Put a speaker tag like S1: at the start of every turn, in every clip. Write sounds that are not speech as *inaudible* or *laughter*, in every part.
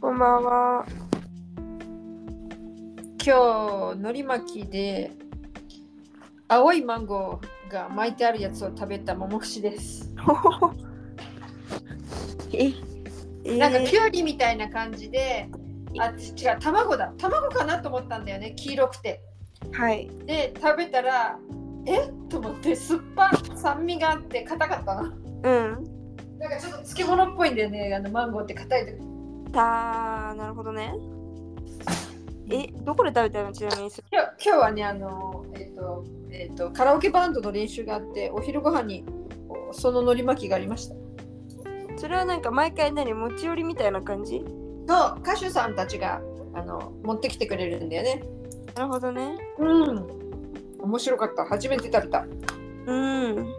S1: 様は今日のり巻きで青いマンゴーが巻いてあるやつを食べた桃串です。
S2: *laughs* ええ
S1: なんかきゅうりみたいな感じで、あ違う卵だ卵かなと思ったんだよね黄色くて。
S2: はい
S1: で食べたらえと思って酸っぱ酸味があって硬かったな。
S2: うん
S1: なんかちょっと漬物っぽいんだよねあのマンゴーって硬いと
S2: たーなるほどねえどこで食べたのちなみにそれ
S1: 今日今日はねあのえっ、とえっ、とカラオケバンドの練習があってお昼ご飯におそののり巻きがありました。
S2: それはなんか毎回何持ち寄りみたいな感じ
S1: の歌手さんたちがあの持ってきてくれるんだよね。
S2: なるほどね
S1: うん。面白かった。初めて食べた。
S2: うん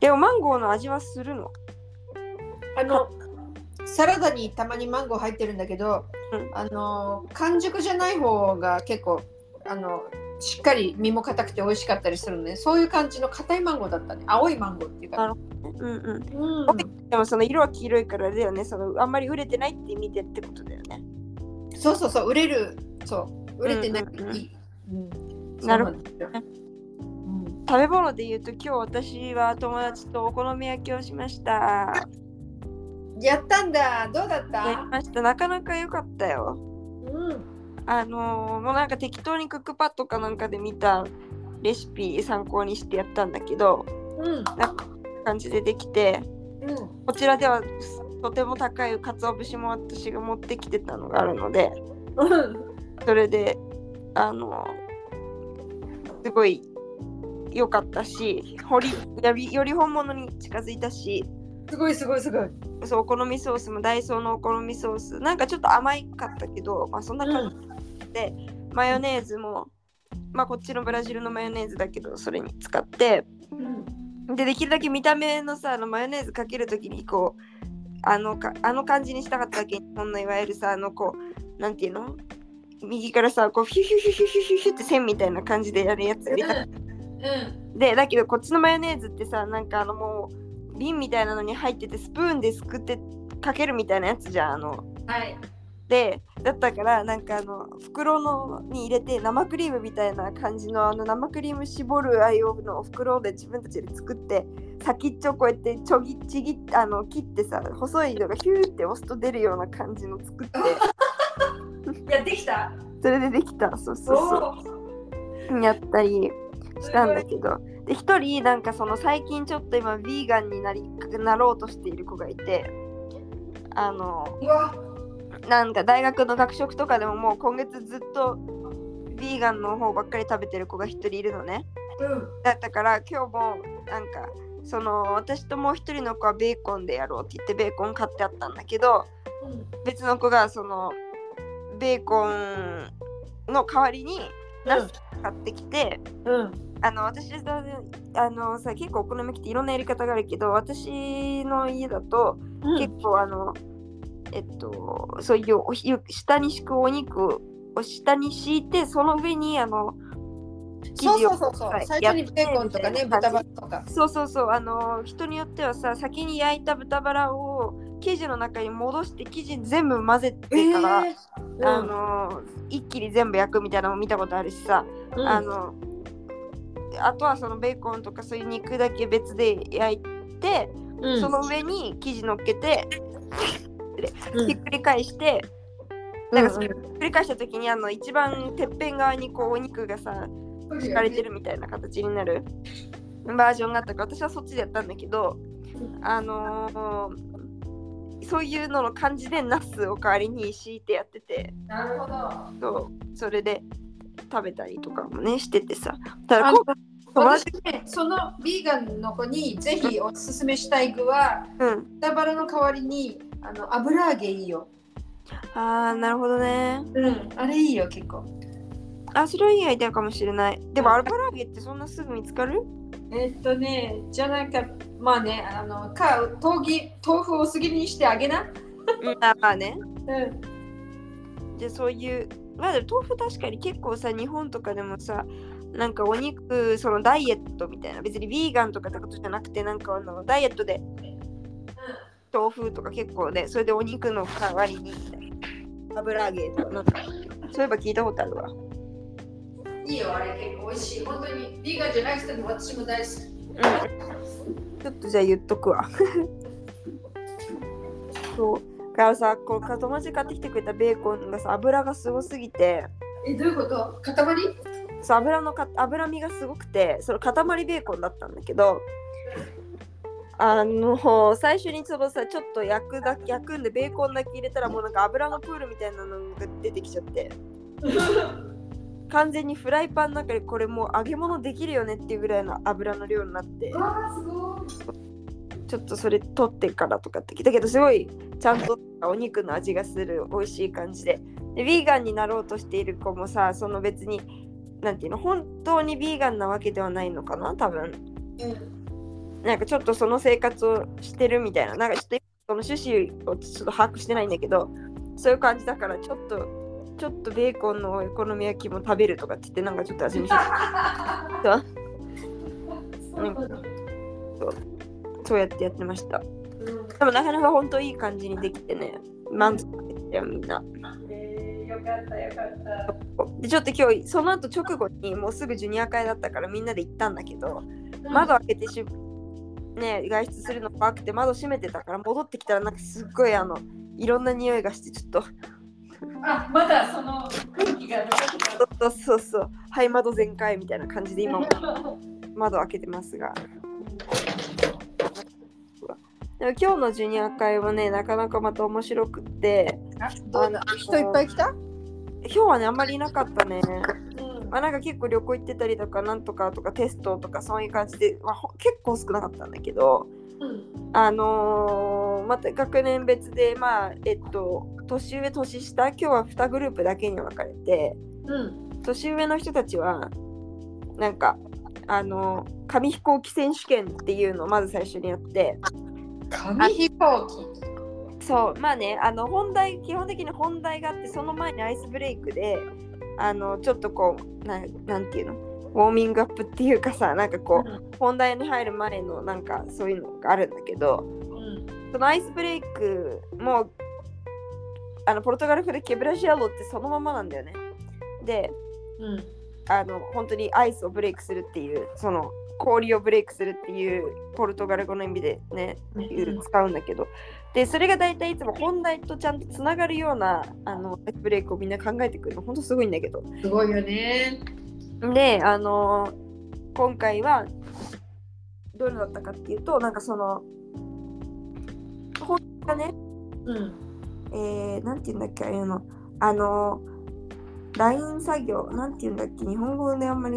S2: でもマンゴーの味はするの
S1: あのサラダにたまにマンゴー入ってるんだけど、
S2: うん
S1: あの完熟じゃない方が結構あのしっかり身も硬くて美味しかったりするのね。そういう感じの硬いマンゴーだったね。青いマンゴーっていう
S2: な
S1: か。
S2: るうんうん
S1: うん
S2: でもその色は黄色いからあれだよねそのあんまり売れてないって見てってことだよね
S1: そうそうそう売れるそう売れてない。
S2: うんうんうん
S1: うんそう
S2: なる
S1: んですようん
S2: 食べ物で言うと今日私は友達とお好み焼きをしました
S1: やったんだ。どうだっ
S2: やり
S1: た？
S2: ましたなかなか良かったよ
S1: うん。
S2: あのーもうなんか適当にクックパッドかなんかで見たレシピ参考にしてやったんだけど
S1: うん。
S2: なんか感じでできて
S1: うん。
S2: こちらではとても高い鰹節も私が持ってきてたのがあるので
S1: うん
S2: それであのすごい良かったしほりよりより本物に近づいたし
S1: すごいすごいすごい。
S2: そうお好みソースもダイソーのお好みソースなんかちょっと甘いかったけど、まあ、そんな感じで、マヨネーズも、まあ、こっちのブラジルのマヨネーズだけどそれに使って
S1: うん
S2: でできるだけ見た目のさあのマヨネーズかけるときにこうあのかあの感じにしたかったわけ日本のいわゆるさあのこうなんていうの右からさこうヒュヒュヒュヒュヒュヒュヒュって線みたいな感じでやるやつやりたく
S1: うん
S2: でだけどこっちのマヨネーズってさなんかあのもう瓶みたいなのに入っててスプーンですくってかけるみたいなやつじゃんあの
S1: はい。
S2: でだったからなんかあの袋のに入れて生クリームみたいな感じのあの生クリーム絞る愛用のお袋で自分たちで作って先っちょこうやってちょぎちぎあの切ってさ細いのがヒューって押すと出るような感じの作って
S1: いやできた。
S2: それでできたそうそうそう
S1: おお。
S2: やったりしたんだけどで一人なんかその最近ちょっと今ヴィーガンになりなろうとしている子がいてあの
S1: うわ。
S2: なんか大学の学食とかでももう今月ずっとビーガンの方ばっかり食べてる子が一人いるのね
S1: うん
S2: だったから今日もなんかその私ともう一人の子はベーコンでやろうって言ってベーコン買ってあったんだけど別の子がそのベーコンの代わりにナス買ってきて、
S1: うんうん
S2: あの私だあのさ結構お好み焼きっていろんなやり方があるけど私の家だと結構あの、えっとそういうおひ下に敷くお肉を下に敷いてその上にあの
S1: そうそうそうそう
S2: はい
S1: 最初にベーコンとか
S2: や
S1: ね
S2: ってみた
S1: 豚
S2: い
S1: バ
S2: な
S1: ラとか
S2: そうそうそうあの人によってはさ先に焼いた豚バラを生地の中に戻して生地全部混ぜてから、
S1: え
S2: あの一気に全部焼くみたいなのも見たことあるしさ、
S1: うん
S2: あのあとはそのベーコンとかそういう肉だけ別で焼いて、
S1: うん
S2: その上に生地乗っけて
S1: うん
S2: ひっくり返して、
S1: うん
S2: なんかそれひっくり返した時にあの一番てっぺん側にこうお肉がさ敷かれてるみたいな形になるバージョンがあったから私はそっちでやったんだけどあのーそういうのの感じでナスを代わりに敷いてやってて
S1: なるほど
S2: そうそれで食べたりとかもねしててさただ
S1: あの
S2: こう友
S1: 私
S2: 達
S1: ねそのビーガンの子にぜひおすすめしたい具は
S2: うん
S1: 豚バラの代わりにあの油揚げいいよ
S2: ああなるほどね
S1: うんあれいいよ結構
S2: あそれはいいアイデアかもしれないでも
S1: うん
S2: アルパラ揚げってそんなすぐ見つかる
S1: えっとねじゃなんかまあねあのか豆腐豆腐を薄切りにしてあげな
S2: うんあまあね
S1: うん
S2: じゃあそういうまあでも豆腐確かに結構さ日本とかでもさなんかお肉そのダイエットみたいな別にヴィーガンとかってことじゃなくてなんかあのダイエットで豆腐とか結構ねそれでお肉の代わりにみたいな油揚げとかなんかそういえば聞いたことあるわ
S1: いいよ、あれ結構美味しい。本当にビーガンじゃなくても私も大好き。
S2: うん、ちょっとじゃあ言っとくわ。 *laughs* そう。からさ、こう友達が買ってきてくれたベーコンがさ、油がすごすぎて、
S1: え、どういうこと塊
S2: そう油のか脂身がすごくて、その塊ベーコンだったんだけど、あの最初にそのさちょっと焼くだ焼くんでベーコンだけ入れたらもうなんか油のプールみたいなのが出てきちゃって完全にフライパンの中でこれもう揚げ物できるよねっていうぐらいの油の量になって
S1: わあ、すごい。
S2: ちょっとそれ取ってからとかって聞いたけどすごいちゃんとお肉の味がする美味しい感じででヴィーガンになろうとしている子もさその別になんていうの本当にヴィーガンなわけではないのかな多分
S1: うん、
S2: なんかちょっとその生活をしてるみたいななんかちょっとその趣旨をちょっと把握してないんだけどそういう感じだからちょっとちょっとベーコンのお好み焼きも食べるとかって言ってなんかちょっと味見してた
S1: そうなんだ
S2: そうやってやってました
S1: うん
S2: でもなかなか本当いい感じにできてね満足できたよみんな
S1: えーよかったよかった。
S2: でちょっと今日その後直後にもうすぐジュニア会だったからみんなで行ったんだけど窓開けてし、ね、外出するの怖くて窓閉めてたから戻ってきたらなんかすっごいあのいろんな匂いがしてちょっと
S1: あ、まだその空気が残って
S2: そ
S1: た。
S2: うそうそうはい窓全開みたいな感じで今も窓開けてますがでも今日のジュニア会はねなかなかまた面白くって
S1: あ *laughs* どうだ人いっぱい来た、
S2: 今日はねあんまりいなかったね
S1: うん
S2: まあ、なんか結構旅行行ってたりとかなんとかとかテストとかそういう感じで、まあ、ほ結構少なかったんだけどあのーまた学年別でまあえっと年上年下今日は2グループだけに分かれて
S1: うん、
S2: 年上の人たちはなんかあのー紙飛行機選手権っていうのをまず最初にやって
S1: 紙飛行機。
S2: そうまあねあの本題基本的に本題があってその前にアイスブレイクであのちょっとこうなんなんていうのウォーミングアップっていうかさなんかこう、本題に入る前のなんかそういうのがあるんだけど
S1: うん
S2: そのアイスブレイクもあのポルトガル語でケブラシアロってそのままなんだよね。で
S1: うん
S2: あの本当にアイスをブレイクするっていうその氷をブレイクするっていうポルトガル語の意味でね
S1: うん
S2: いう使うんだけどでそれが大体いつも本題とちゃんとつながるようなあのアイスブレイクをみんな考えてくるの本当すごいんだけど
S1: すごいよね。
S2: であのー今回はどういうのだったかっていうとなんかその本当はね
S1: うん。
S2: えー、なんて言うんだっけああいうのあのー LINE 作業なんて言うんだっけ日本語であんまり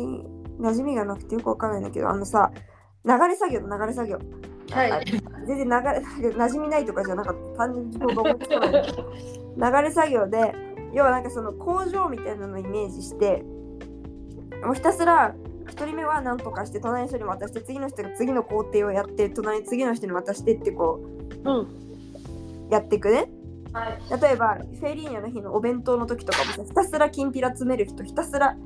S2: 馴染みがなくてよくわかんないんだけどあのさ流れ作業の流れ作業
S1: はい。
S2: 全然流れ馴染みないとかじゃなかった単純に自分が思いつかない流れ作業で要はなんかその工場みたいなのをイメージしてもうひたすら1人目は何とかして隣の人に渡して次の人が次の工程をやって隣次の人に渡してってこ
S1: うん。
S2: うやっていくね
S1: はい。
S2: 例えばフェリーニャの日のお弁当の時とかもさひたすらきんぴら詰める人ひたすら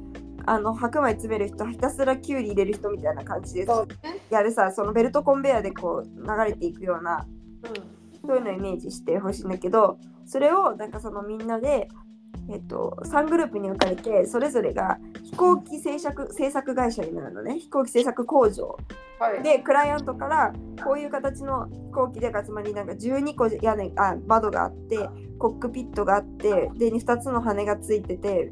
S2: あの白米詰める人ひたすらきゅうり入れる人みたいな感じで
S1: そうね。
S2: やるさそのベルトコンベヤーでこう流れていくような
S1: う
S2: そういうのをイメージしてほしいんだけどそれをなんかそのみんなで、えっと、3グループに分かれてそれぞれが飛行機製作製作会社になるのね飛行機製作工場
S1: ん。はい。
S2: でクライアントからこういう形の飛行機でつまりなんか12個屋根あ窓があってコックピットがあってで2つの羽がついてて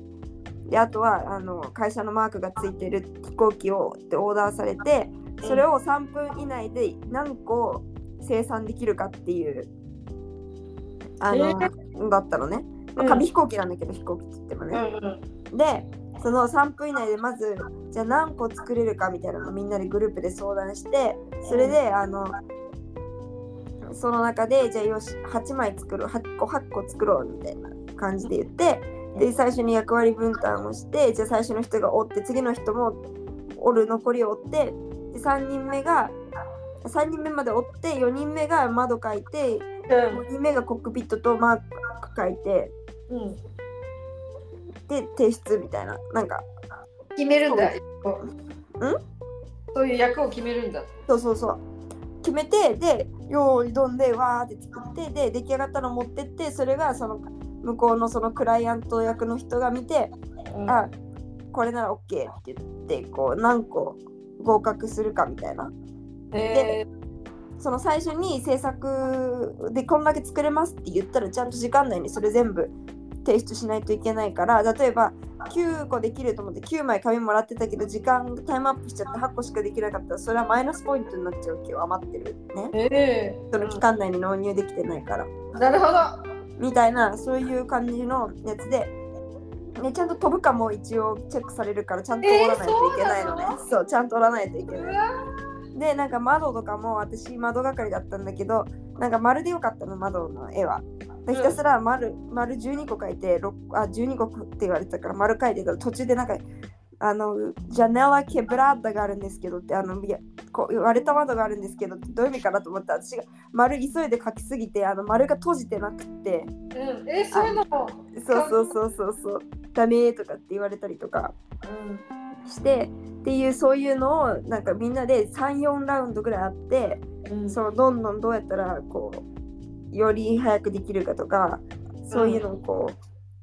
S2: であとはあの会社のマークがついてる飛行機をってオーダーされてそれを3分以内で何個生産できるかっていうあの、
S1: え
S2: だったのね、まあ、
S1: うん
S2: 紙飛行機なんだけど、飛行機って言っても
S1: うん
S2: ね、
S1: うん。
S2: でその3分以内でまずじゃあ何個作れるかみたいなのをみんなでグループで相談してそれであのその中でじゃあよし8枚作ろう8個8個作ろうみたいな感じで言ってで最初に役割分担をしてじゃあ最初の人が折って次の人も折る残りを折ってで3人目が3人目まで折って4人目が窓書いて5人目がコックピットとマーク書いて
S1: うん。うん。
S2: で提出みたいななんか
S1: 決めるんだ。
S2: うん
S1: そういう役を決めるんだ。
S2: そうそうそう決めてで用意どんでわーって作ってで出来上がったの持ってってそれがその向こうのそのクライアント役の人が見て、
S1: うん
S2: あこれなら OK って言ってこう何個合格するかみたいな
S1: え
S2: その最初に制作でこんだけ作れますって言ったらちゃんと時間内にそれ全部提出しないといけないから例えば9個できると思って9枚紙もらってたけど時間タイムアップしちゃって8個しかできなかったらそれはマイナスポイントになっちゃう今日余ってるね
S1: ー、え
S2: その期間内に納入できてないから
S1: ー、なるほど
S2: みたいなそういう感じのやつで、ね、ちゃんと飛ぶかも一応チェックされるからちゃんと折らないといけないのね、
S1: えーそうな
S2: そうちゃんと折らないといけ
S1: う
S2: ない
S1: わ
S2: でなんか窓とかも私窓係だったんだけどなんか丸でよかったの窓の絵は。で
S1: うん
S2: ひたすら丸丸12個描いて六あ12個って言われてたから丸描いてたら途中でなんかあのジャネラ・ケブラッダがあるんですけどってあのいやこう割れた窓があるんですけどってどういう意味かなと思ったら私が丸急いで描きすぎてあの丸が閉じてなくって
S1: うん、えー、そういうのも、
S2: そうそうそうそうそうダメーとかって言われたりとか
S1: うん、
S2: してっていうそういうのをなんかみんなで34ラウンドぐらいあって
S1: うん
S2: そのどんどんどうやったらこうより早くできるかとかそういうのをこ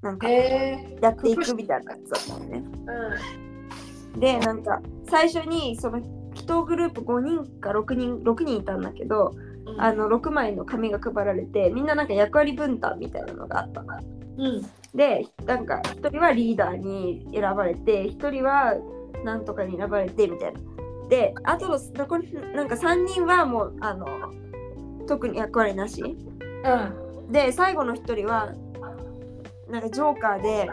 S2: うなんか
S1: えー
S2: やっていくみたいなやつだったのね。
S1: う
S2: でなんか最初にその1グループ5人か6人6人いたんだけど
S1: んうん、
S2: あの6枚の紙が配られてみんななんか役割分担みたいなのがあったの
S1: うん、
S2: でなんか一人はリーダーに選ばれて一人はなんとかに選ばれてみたいな。であとの残りなんか3人はもうあの特に役割なし
S1: うん、
S2: で最後の一人はなんかジョーカーで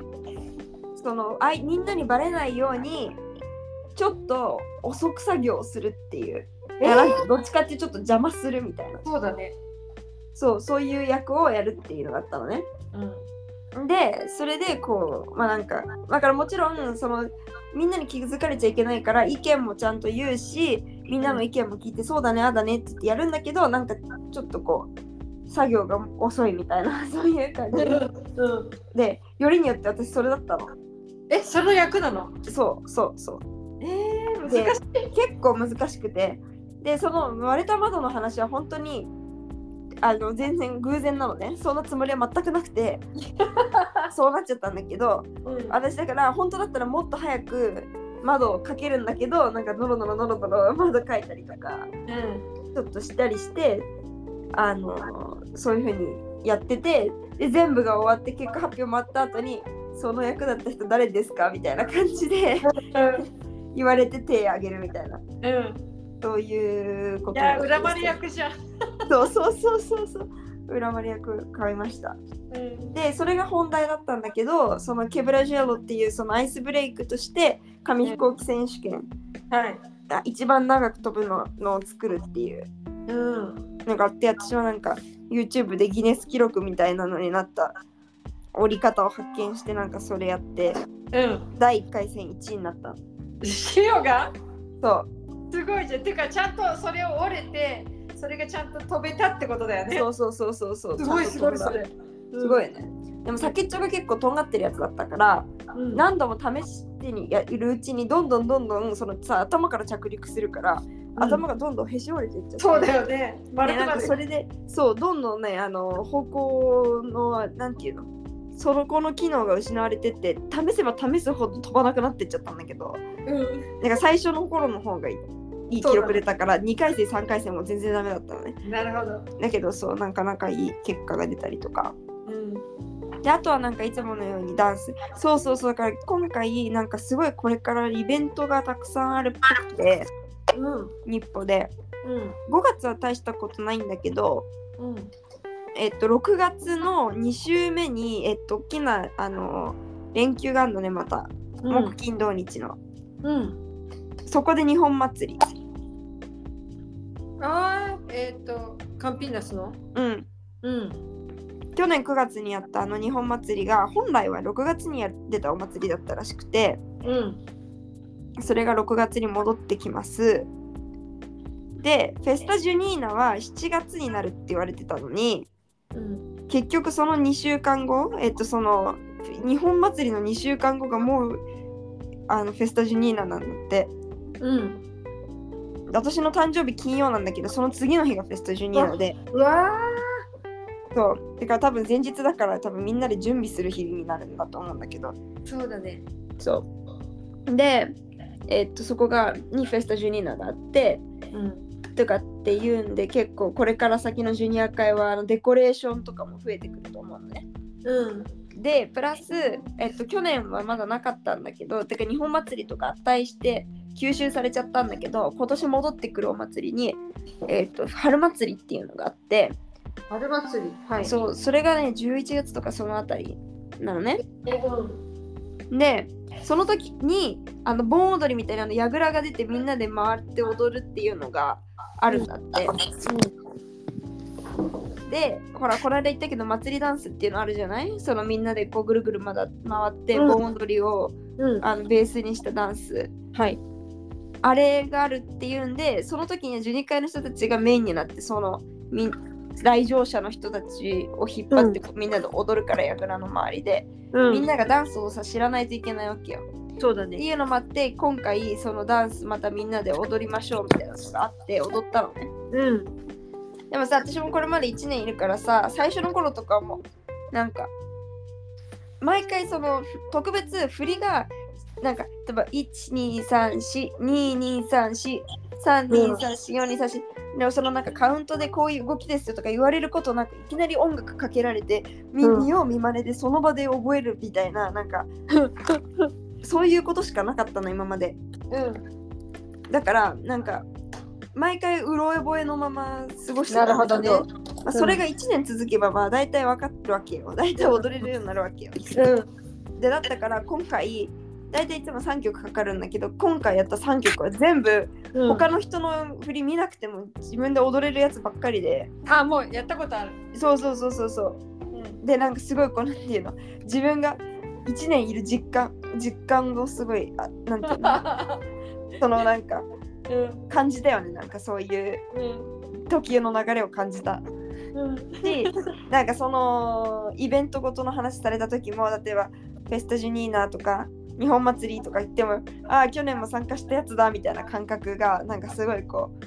S2: そのあいみんなにバレないようにちょっと遅く作業をするっていう、
S1: え
S2: いやなん
S1: ー、
S2: かどっちかっていうとちょっと邪魔するみたいな
S1: そうだね、
S2: そうそういう役をやるっていうのがあったのね。
S1: うん、
S2: でそれでこうまあなんかだからもちろんそのみんなに気づかれちゃいけないから意見もちゃんと言うしみんなの意見も聞いて、そうだねああだねって言ってやるんだけどなんかちょっとこう作業が遅いみたいな *laughs* そういう感じ
S1: うん、
S2: でよりによって私それだったの
S1: え、その役なの？
S2: そうそうそう
S1: えー、
S2: で
S1: 難しい。
S2: 結構難しくてでその割れた窓の話は本当にあの全然偶然なのねそんなつもりは全くなく
S1: *laughs*
S2: てそうなっちゃったんだけど
S1: うん
S2: 私だから本当だったらもっと早く窓をかけるんだけどなんかドロドロドロドロ窓かいたりとか
S1: うん
S2: ちょっとしたりしてあのそういう風にやっててで全部が終わって結果発表もあった後に「その役だった人誰ですか?」みたいな感じ
S1: *laughs*
S2: で言われて手あげるみたいな
S1: うん、
S2: そういうこ
S1: い
S2: と
S1: や裏回り役じゃん。
S2: そうそうそうそうそう裏回り役買いました
S1: うん、
S2: でそれが本題だったんだけどそのケブラジェロっていうそのアイスブレイクとして紙飛行機選手権
S1: はい。
S2: あ一番長く飛ぶののを作るっていう
S1: うん、
S2: のがあって私はなんか YouTube でギネス記録みたいなのになった折り方を発見してなんかそれやって
S1: うん。
S2: 第1回戦1位になった
S1: シオが
S2: そう
S1: すごいじゃん。てかちゃんとそれを折れて、それがちゃんと飛べたってことだよね。
S2: そうそうそうそうそう
S1: すごいすごい
S2: ちゃ
S1: そ
S2: んと飛んだ
S1: れ。
S2: すごいよねでも先っちょが結構とんがってるやつだったから
S1: うん。うん、
S2: 何度も試してにやるうちにどんどんどんどんそのさ頭から着陸するから頭がどんどんへし折れていっちゃって
S1: そうだよね。丸
S2: ね、
S1: く
S2: な
S1: なん
S2: か
S1: る
S2: そ。れでそうどんどんねあの方向のなんていうのその子の機能が失われてって試せば試すほど飛ばなくなってっちゃったんだけど
S1: う
S2: なんか最初の頃の方がいいいい
S1: そ
S2: 記
S1: うだね
S2: 録出たから2回戦3回戦も全然ダメだったのね
S1: ん。なるほど。
S2: だけどそうなかなかいい結果が出たりとか
S1: うん。
S2: であとはなんかいつものようにダンスそうそうそうだから今回なんかすごいこれからイベントがたくさんあるっぽくて
S1: うん。
S2: 日歩で
S1: うん。
S2: 5月は大したことないんだけど
S1: うん。
S2: えっと、6月の2週目に、えっと、大きな、あの連休があるのね、また。木金土日の。
S1: うん。
S2: そこで日本祭り。
S1: ああ、えっ、と、カンピーナスの。
S2: うん。
S1: うん。
S2: 去年9月にやったあの日本祭りが、本来は6月にやってたお祭りだったらしくて、
S1: うん。
S2: それが6月に戻ってきます。で、フェスタジュニーナは7月になるって言われてたのに、
S1: うん。
S2: 結局その2週間後、えっと、その、日本祭りの2週間後がもう、あのフェスタジュニーナなんだって。
S1: うん。
S2: 私の誕生日金曜なんだけどその次の日がフェストジュニアで
S1: うわ
S2: そう。だから多分前日だから多分みんなで準備する日になるんだと思うんだけど。
S1: そうだね。
S2: そう。で、えっとそこがにフェスタジュニアがあって
S1: うん。
S2: とかっていうんで結構これから先のジュニア会はあのデコレーションとかも増えてくると思うのね。
S1: うん。
S2: でプラス、えっと、去年はまだなかったんだけどてか日本祭りとか合体して吸収されちゃったんだけど今年戻ってくるお祭りに、えっと、春祭りっていうのがあって、
S1: 春祭り。はう。
S2: そうそれがね11月とかそのあたりなのね。
S1: うん。
S2: でその時にあの盆踊りみたいなあの櫓が出てみんなで回って踊るっていうのがあるんだって。でほらこの間言ったけど祭りダンスっていうのあるじゃないそのみんなでこうぐるぐるまだ回って
S1: うん
S2: 盆踊りを。
S1: うん。
S2: あのベースにしたダンス
S1: はい。
S2: あれがあるっていうんでその時にジュニ会の人たちがメインになってそのみん来場者の人たちを引っ張って、こうみんなで踊るから櫓の周りで、
S1: う
S2: みん。ながダンスをさ知らないといけないわけよ。
S1: そうだ
S2: って。いうのもあって今回そのダンスまたみんなで踊りましょうみたいなのがあって踊ったのね。
S1: うん。
S2: でもさ私もこれまで1年いるからさ最初の頃とかもなんか毎回その特別振りがなんか例えば1234223432344でもそのなんかカウントでこういう動きですよとか言われることなくいきなり音楽かけられて見,、
S1: うん
S2: 見よう見まねでその場で覚えるみたいな
S1: *laughs*
S2: なんかそういうことしかなかったの今まで。
S1: うん。
S2: だからなんか毎回うろ覚えのまま過ごしてたんだけ
S1: なるほどね
S2: まあ、それが1年続けばまあ大体分かってるわけよ大体踊れるようになるわけよ
S1: うん。
S2: でだったから今回大体いつも3曲かかるんだけど今回やった3曲は全部
S1: うん。
S2: 他の人の振り見なくても自分で踊れるやつばっかりで
S1: あ、もうやったことある。
S2: そうそうそうそうそう
S1: うん。
S2: でなんかすごいこうなんていうの自分が1年いる実感実感をすごいあなんていう
S1: *laughs*
S2: のそのなんか
S1: うん。
S2: 感じたよねなんかそういう
S1: うん。
S2: 時の流れを感じ *laughs* た
S1: うん。
S2: しなんかそのイベントごとの話された時も例えばフェスタジュニーナとか日本祭りとか言ってもああ去年も参加したやつだみたいな感覚がなんかすごいこう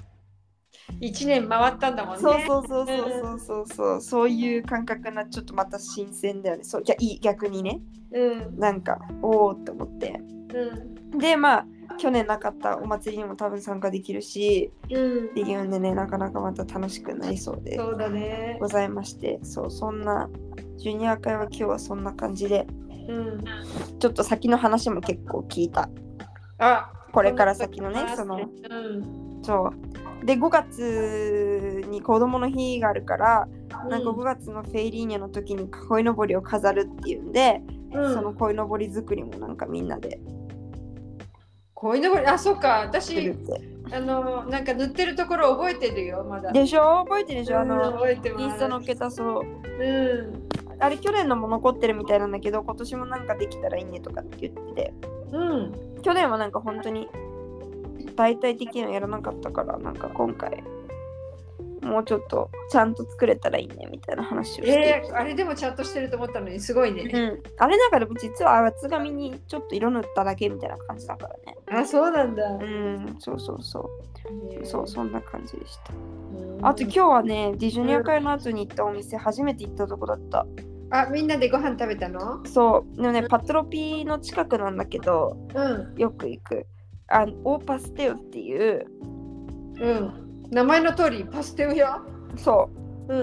S1: 一年回ったんだもんね。
S2: そうそうそうそうそうそうそうそういう感覚なちょっとまた新鮮だよねそうじゃいい逆にね
S1: うん。
S2: なんかおおって思って
S1: うん。
S2: でまあ去年なかったお祭りにも多分参加できるし
S1: うん
S2: っ。ていうんでねなかなかまた楽しくなりそうで
S1: そうだね。
S2: ございましてそうそんなジュニア会は今日はそんな感じで
S1: うん。
S2: ちょっと先の話も結構聞いた
S1: あ、
S2: これから先のねその
S1: うん。
S2: そうで5月に子どもの日があるから、なんか5月のフェイリーニャの時に鯉のぼりを飾るっていうんで、
S1: うん
S2: その鯉のぼり作りもなんかみんなで
S1: 鯉のぼり、あ、そうか、
S2: する
S1: 私
S2: っ、て
S1: あの、なんか塗ってるところ覚えてるよ、まだ。
S2: でしょ覚えてるでしょあ
S1: うん
S2: の
S1: 覚えてます。
S2: インスタのけたそう
S1: うん。
S2: あれ去年のも残ってるみたいなんだけど今年もなんかできたらいいねとかって言ってて
S1: うん。
S2: 去年はなんか本当に大体的なのやらなかったからなんか今回もうちょっとちゃんと作れたらいいねみたいな話をして
S1: え、ー、あれでもちゃんとしてると思ったのに、すごいね。
S2: うん、あれなんかでも実は厚紙にちょっと色塗っただけみたいな感じだからね
S1: あ、そうなんだ。
S2: うんそうそうそうそうそんな感じでした
S1: うん
S2: あと今日はねディズニア会の後に行ったお店初めて行ったとこだった
S1: あ、みんなでご飯食べたの
S2: そうでもねパトロピーの近くなんだけど
S1: うん。
S2: よく行くあのオーパステオっていう
S1: うん。名前の通り、パステルよ。
S2: そう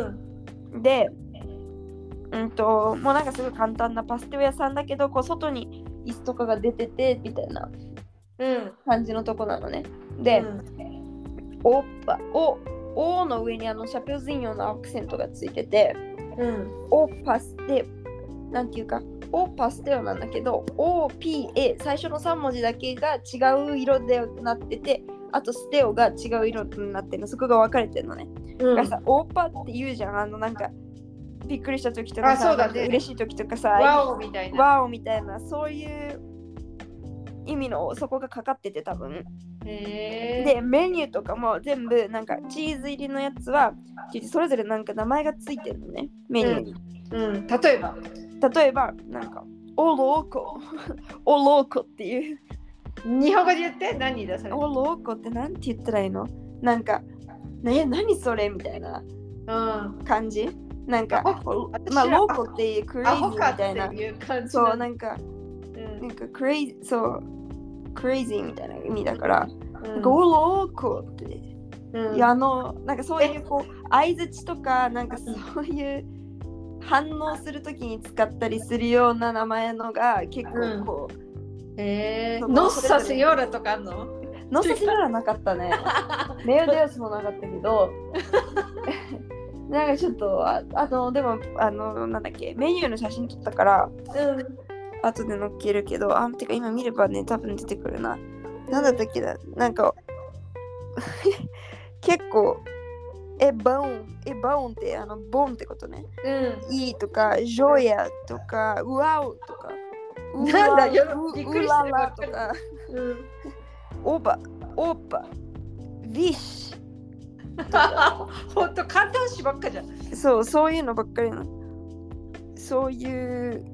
S1: うん。
S2: で、うんと、もうなんかすごい簡単なパスティ屋さんだけど、こう外に椅子とかが出ててみたいな
S1: うん。
S2: 感じのとこなのね。で、
S1: うん
S2: オーパ、オ、オの上にあのシャピョズイン用のアクセントがついてて、
S1: うん。
S2: オーパスで、なんていうか、オーパステオなんだけど、OPA、最初の3文字だけが違う色でなってて、あとステオが違う色になってるの、そこが分かれてるのね。
S1: う
S2: が
S1: ん。
S2: さ、オーパって言うじゃん、あのなんか、びっくりした時とか
S1: あ
S2: さ、
S1: そうだね
S2: なんか嬉しい時とかさ、
S1: ワオみたいな。
S2: ワオみたいな、そういう意味のそこがかかってて多分。
S1: へー
S2: で、メニューとかも全部なんかチーズ入りのやつは、それぞれなんか名前がついてるのね、メニューに。
S1: うん。例えば。
S2: 例えば、なんか、オローコ、 *laughs* オローコっていう、
S1: 日本語で言って何出され
S2: オローコってなんて言ったらいいのなんか、ね、何それみたいな
S1: うん
S2: 感じなんか
S1: アホ
S2: まあ
S1: 私ら
S2: ローコっていうクレイ
S1: ア
S2: ジー
S1: ホ
S2: み
S1: かったて
S2: いな
S1: いう感じ
S2: そう
S1: な
S2: なんか
S1: うん
S2: なんかクレイそうクレイジーみたいな意味だから、
S1: うん
S2: ゴーローコって
S1: うん
S2: いやあのなんかそうい
S1: え
S2: うこう相づちとかなんか
S1: うん
S2: そういう反応するときに使ったりするような名前のが結
S1: う
S2: 構
S1: ん
S2: こ
S1: え
S2: そ
S1: ー、
S2: こ
S1: ノッサスヨーラとかあんの
S2: う乗せてはなかった
S1: *laughs*
S2: ねメールデオスもなかったけどなんかちょっとああのでもあのなんだっけメニューの写真撮ったから
S1: うん
S2: 後で載っけるけどあてか今見ればね多分出てくるななんだったっけだなんか *laughs* 結構えバオンえバオンってあのボンってことね
S1: う
S2: いいとか、ジョヤとか、ウワウとか、ウ
S1: なんだよ
S2: ウ
S1: びっく
S2: ウ
S1: り
S2: ラ
S1: してるば
S2: ラ
S1: っ
S2: と
S1: かり
S2: か、
S1: んうん
S2: オバ、オッパ、ビッシ
S1: ほんと簡単詞ばっかじゃん。
S2: ュ。そう、そういうのばっかりなの。そういう、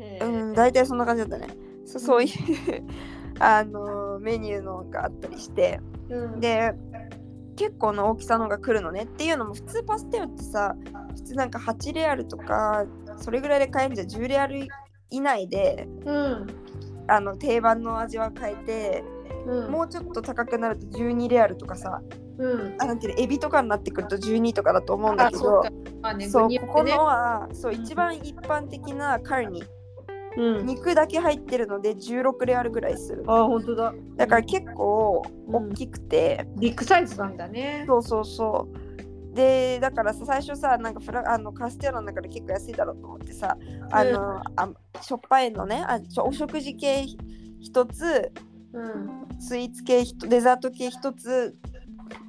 S1: え
S2: う
S1: ー
S2: ん、大体そんな感じだったね。そうそういう、あの、メニューのがあったりして、
S1: うん
S2: で、結構の大きさのが来るのねっていうのも普通パステルってさ普通なんか8レアルとかそれぐらいで買えるんじゃん10レアル以内で
S1: うん
S2: あの定番の味は変えて、
S1: うん
S2: もうちょっと高くなると12レアルとかさ
S1: うん
S2: あなんていうのエビとかになってくると12とかだと思うんだ
S1: あ
S2: け
S1: そ
S2: ど
S1: うかまあね
S2: そう
S1: 具によ
S2: ここ
S1: ってね
S2: のはそう
S1: うん
S2: 一番一般的なカルニ、
S1: うん
S2: 肉だけ入ってるので16レアルぐらいする
S1: あ本当だ
S2: だから結構
S1: うん
S2: 大きくて、
S1: ビッグサイズなんだね
S2: そうそうそうでだからさ最初さなんかフラあのカステラの中で結構安いだろうと思ってさあの、あしょっぱいのねあちょお食事系一つ
S1: うん
S2: スイーツ系ひとデザート系一つ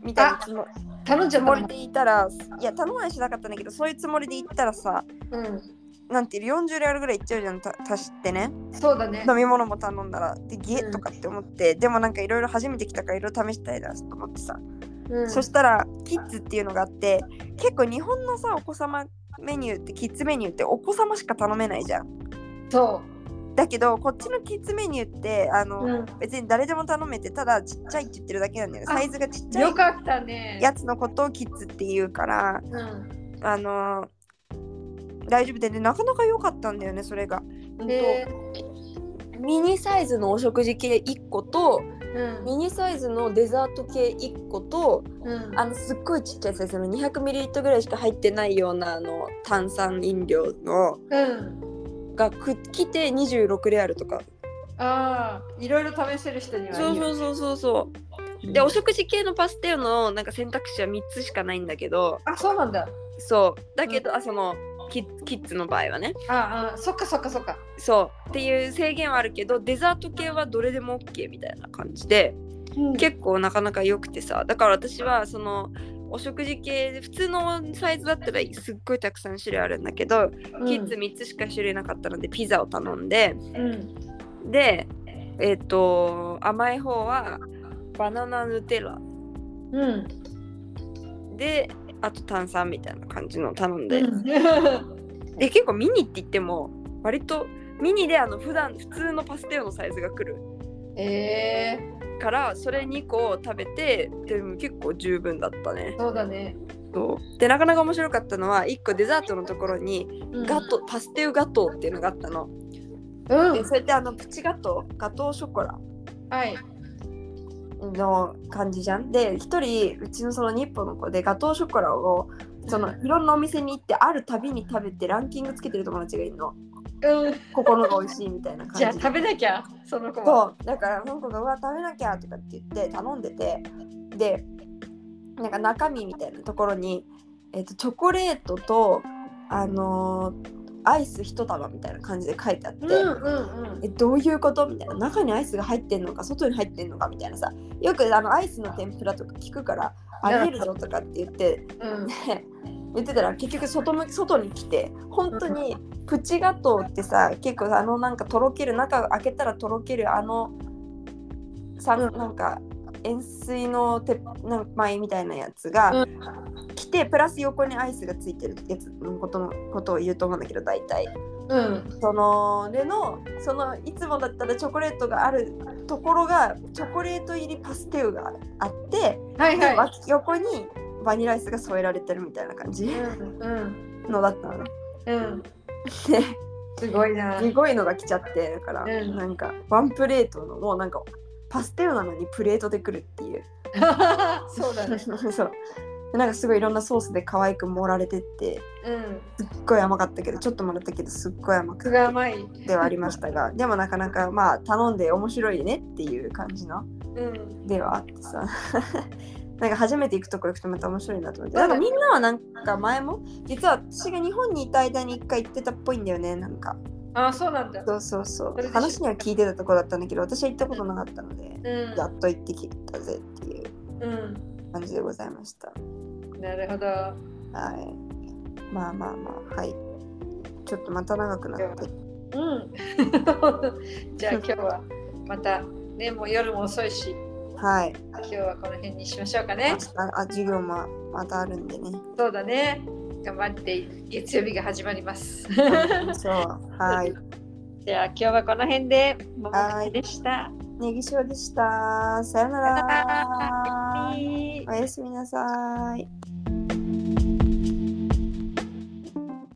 S2: みたいなつも
S1: 頼んじゃ
S2: つ
S1: っ
S2: も
S1: た
S2: り
S1: もん
S2: でいたらいや頼まないしなかったんだけどそういうつもりでいったらさ
S1: うん
S2: なんていうの40レアルぐらいいっちゃうじゃんた足してね
S1: そうだね
S2: 飲み物も頼んだらでゲ
S1: う
S2: ー
S1: ん
S2: とかって思って、でもなんかいろいろ初めて来たからいろいろ試したいなと思ってさ、
S1: うん
S2: そしたらキッズっていうのがあって結構日本のさお子様メニューってキッズメニューってお子様しか頼めないじゃん
S1: そ
S2: だけどこっちのキッズメニューってあの、
S1: ううん
S2: 別に誰でも頼めてただちっちゃいって言ってるだけなんだよね
S1: あ
S2: サイズがちっちゃい
S1: よかったね
S2: やつのことをキッズって言うから、
S1: うん
S2: あのー大丈夫でねなかなか良かったんだよねそれが、
S1: で
S3: ミニサイズのお食事系1個と
S1: うん
S3: ミニサイズのデザート系1個と
S1: うん
S3: あのすっごいちっちゃいサイズの 200ml ぐらいしか入ってないようなあの炭酸飲料の
S1: うん
S3: がくっきて26レアルとか
S1: ああいろいろ試せる人には
S3: そ
S1: いういよ
S3: そうそうそうそうでお食事系のパステルのなんか選択肢は3つしかないんだけど
S1: あそうなんだ
S3: そうだけど、あそのキッキッズの場合はね
S1: ああそっかそっかそっか
S3: そうっていう制限はあるけどデザート系はどれでも OK みたいな感じで結構なかなか良くてさだから私はそのお食事系で普通のサイズだったらすっごいたくさん種類あるんだけど、キッズ3つしか種類なかったのでピザを頼んで
S1: うん
S3: でえっ、と甘い方はバナナヌテラ
S1: うん
S3: であと炭酸みたいな感じのを頼ん
S1: う
S3: で、
S1: ん
S3: で結構ミニって言っても割とミニであの普段普通のパステルのサイズが来る
S1: *laughs* えー
S3: からそれ2個を食べてでも結構十分だったね
S1: そうだね
S3: そうでなかなか面白かったのは1個デザートのところにガト、パステルガトーっていうのがあったの、
S1: うん
S2: でそれってあのプチガトーガトーショコラ
S1: はい
S2: の感じじゃんで一人うちのその日本の子でガトーショコラをそのいろんなお店に行ってあるたびに食べてランキングつけてる友達がいるの
S1: うん
S2: ここのが美味しいみたいな
S1: じゃ
S2: 感
S1: あ
S2: じ
S1: 食べなきゃその子は
S2: そうだからその子が「うわ食べなきゃ」とかって言って頼んでてでなんか中身みたいなところに、えっとチョコレートとあのーアイス一束みたいな感じで書いてあって、
S1: うんうんうん
S2: えどういうことみたいな中にアイスが入ってんのか外に入ってんのかみたいなさよくあのアイスの天ぷらとか聞くからあげるぞとかって言って *laughs*
S1: うん
S2: 言ってたら結局外向外に来て本当にプチガトーってさ結構あのなんかとろける中開けたらとろけるあのさ、
S1: うん
S2: なんか塩水のてなんか米みたいなやつが、
S1: う
S2: 来てプラス横にアイスがついてるやつのことのことを言うと思うんだけど大体
S1: うん
S2: そのでのそのいつもだったらチョコレートがあるところがチョコレート入りパステウがあって、
S1: はい
S2: で
S1: は
S2: わ横にバニラアイスが添えられてるみたいな感じ
S1: うん
S2: のだったのね。
S1: うん
S2: です
S1: ごいな *laughs*
S2: すごいのが来ちゃってだから、
S1: うん
S2: なんかワンプレートのもうなんかパステルなのにプレートで来るって
S1: *laughs*
S2: いう
S1: そうだね
S2: そうでなんかすごいいろんなソースで可愛く盛られてって
S1: う
S2: す
S1: ん
S2: っごい甘かったけどちょっともらったけどすっごい甘
S1: す
S2: く
S1: ごい甘い
S2: ではありましたがでもなかなかまあ頼んで面白いねっていう感じの
S1: うん
S2: ではあってさ *laughs* なんか初めて行くとこ行くとまた面白いなと思って
S1: そ
S2: な
S1: う
S2: か
S1: んだね
S2: みんなはなんか前も実は私が日本にいた間に一回行ってたっぽいんだよねなんか
S1: あそうなんだ
S2: そうそうそ
S1: それ
S2: う
S1: で
S2: 話には聞いてたとこだったんだけど私は行ったことなかったので
S1: うん
S2: やっと行ってきたぜっていう
S1: うん
S2: 感じでございました
S1: なるほど
S2: はいまあまあまあはいちょっとまた長くなって
S1: うん *laughs* じゃあ今日はまたねもう夜も遅いし
S2: はい
S1: 今日はこの辺にしましょうか
S2: 明
S1: ね
S2: 日あ授業もまたあるんでね
S1: そうだね頑張って月曜日が始まります *laughs*
S2: そうはい
S1: じゃあ今日はこの辺でもも
S2: は
S1: か
S2: い
S1: でした。
S2: ネギ塩でしたさよな
S1: さよな
S2: ら
S1: バイ
S2: おやすみなさい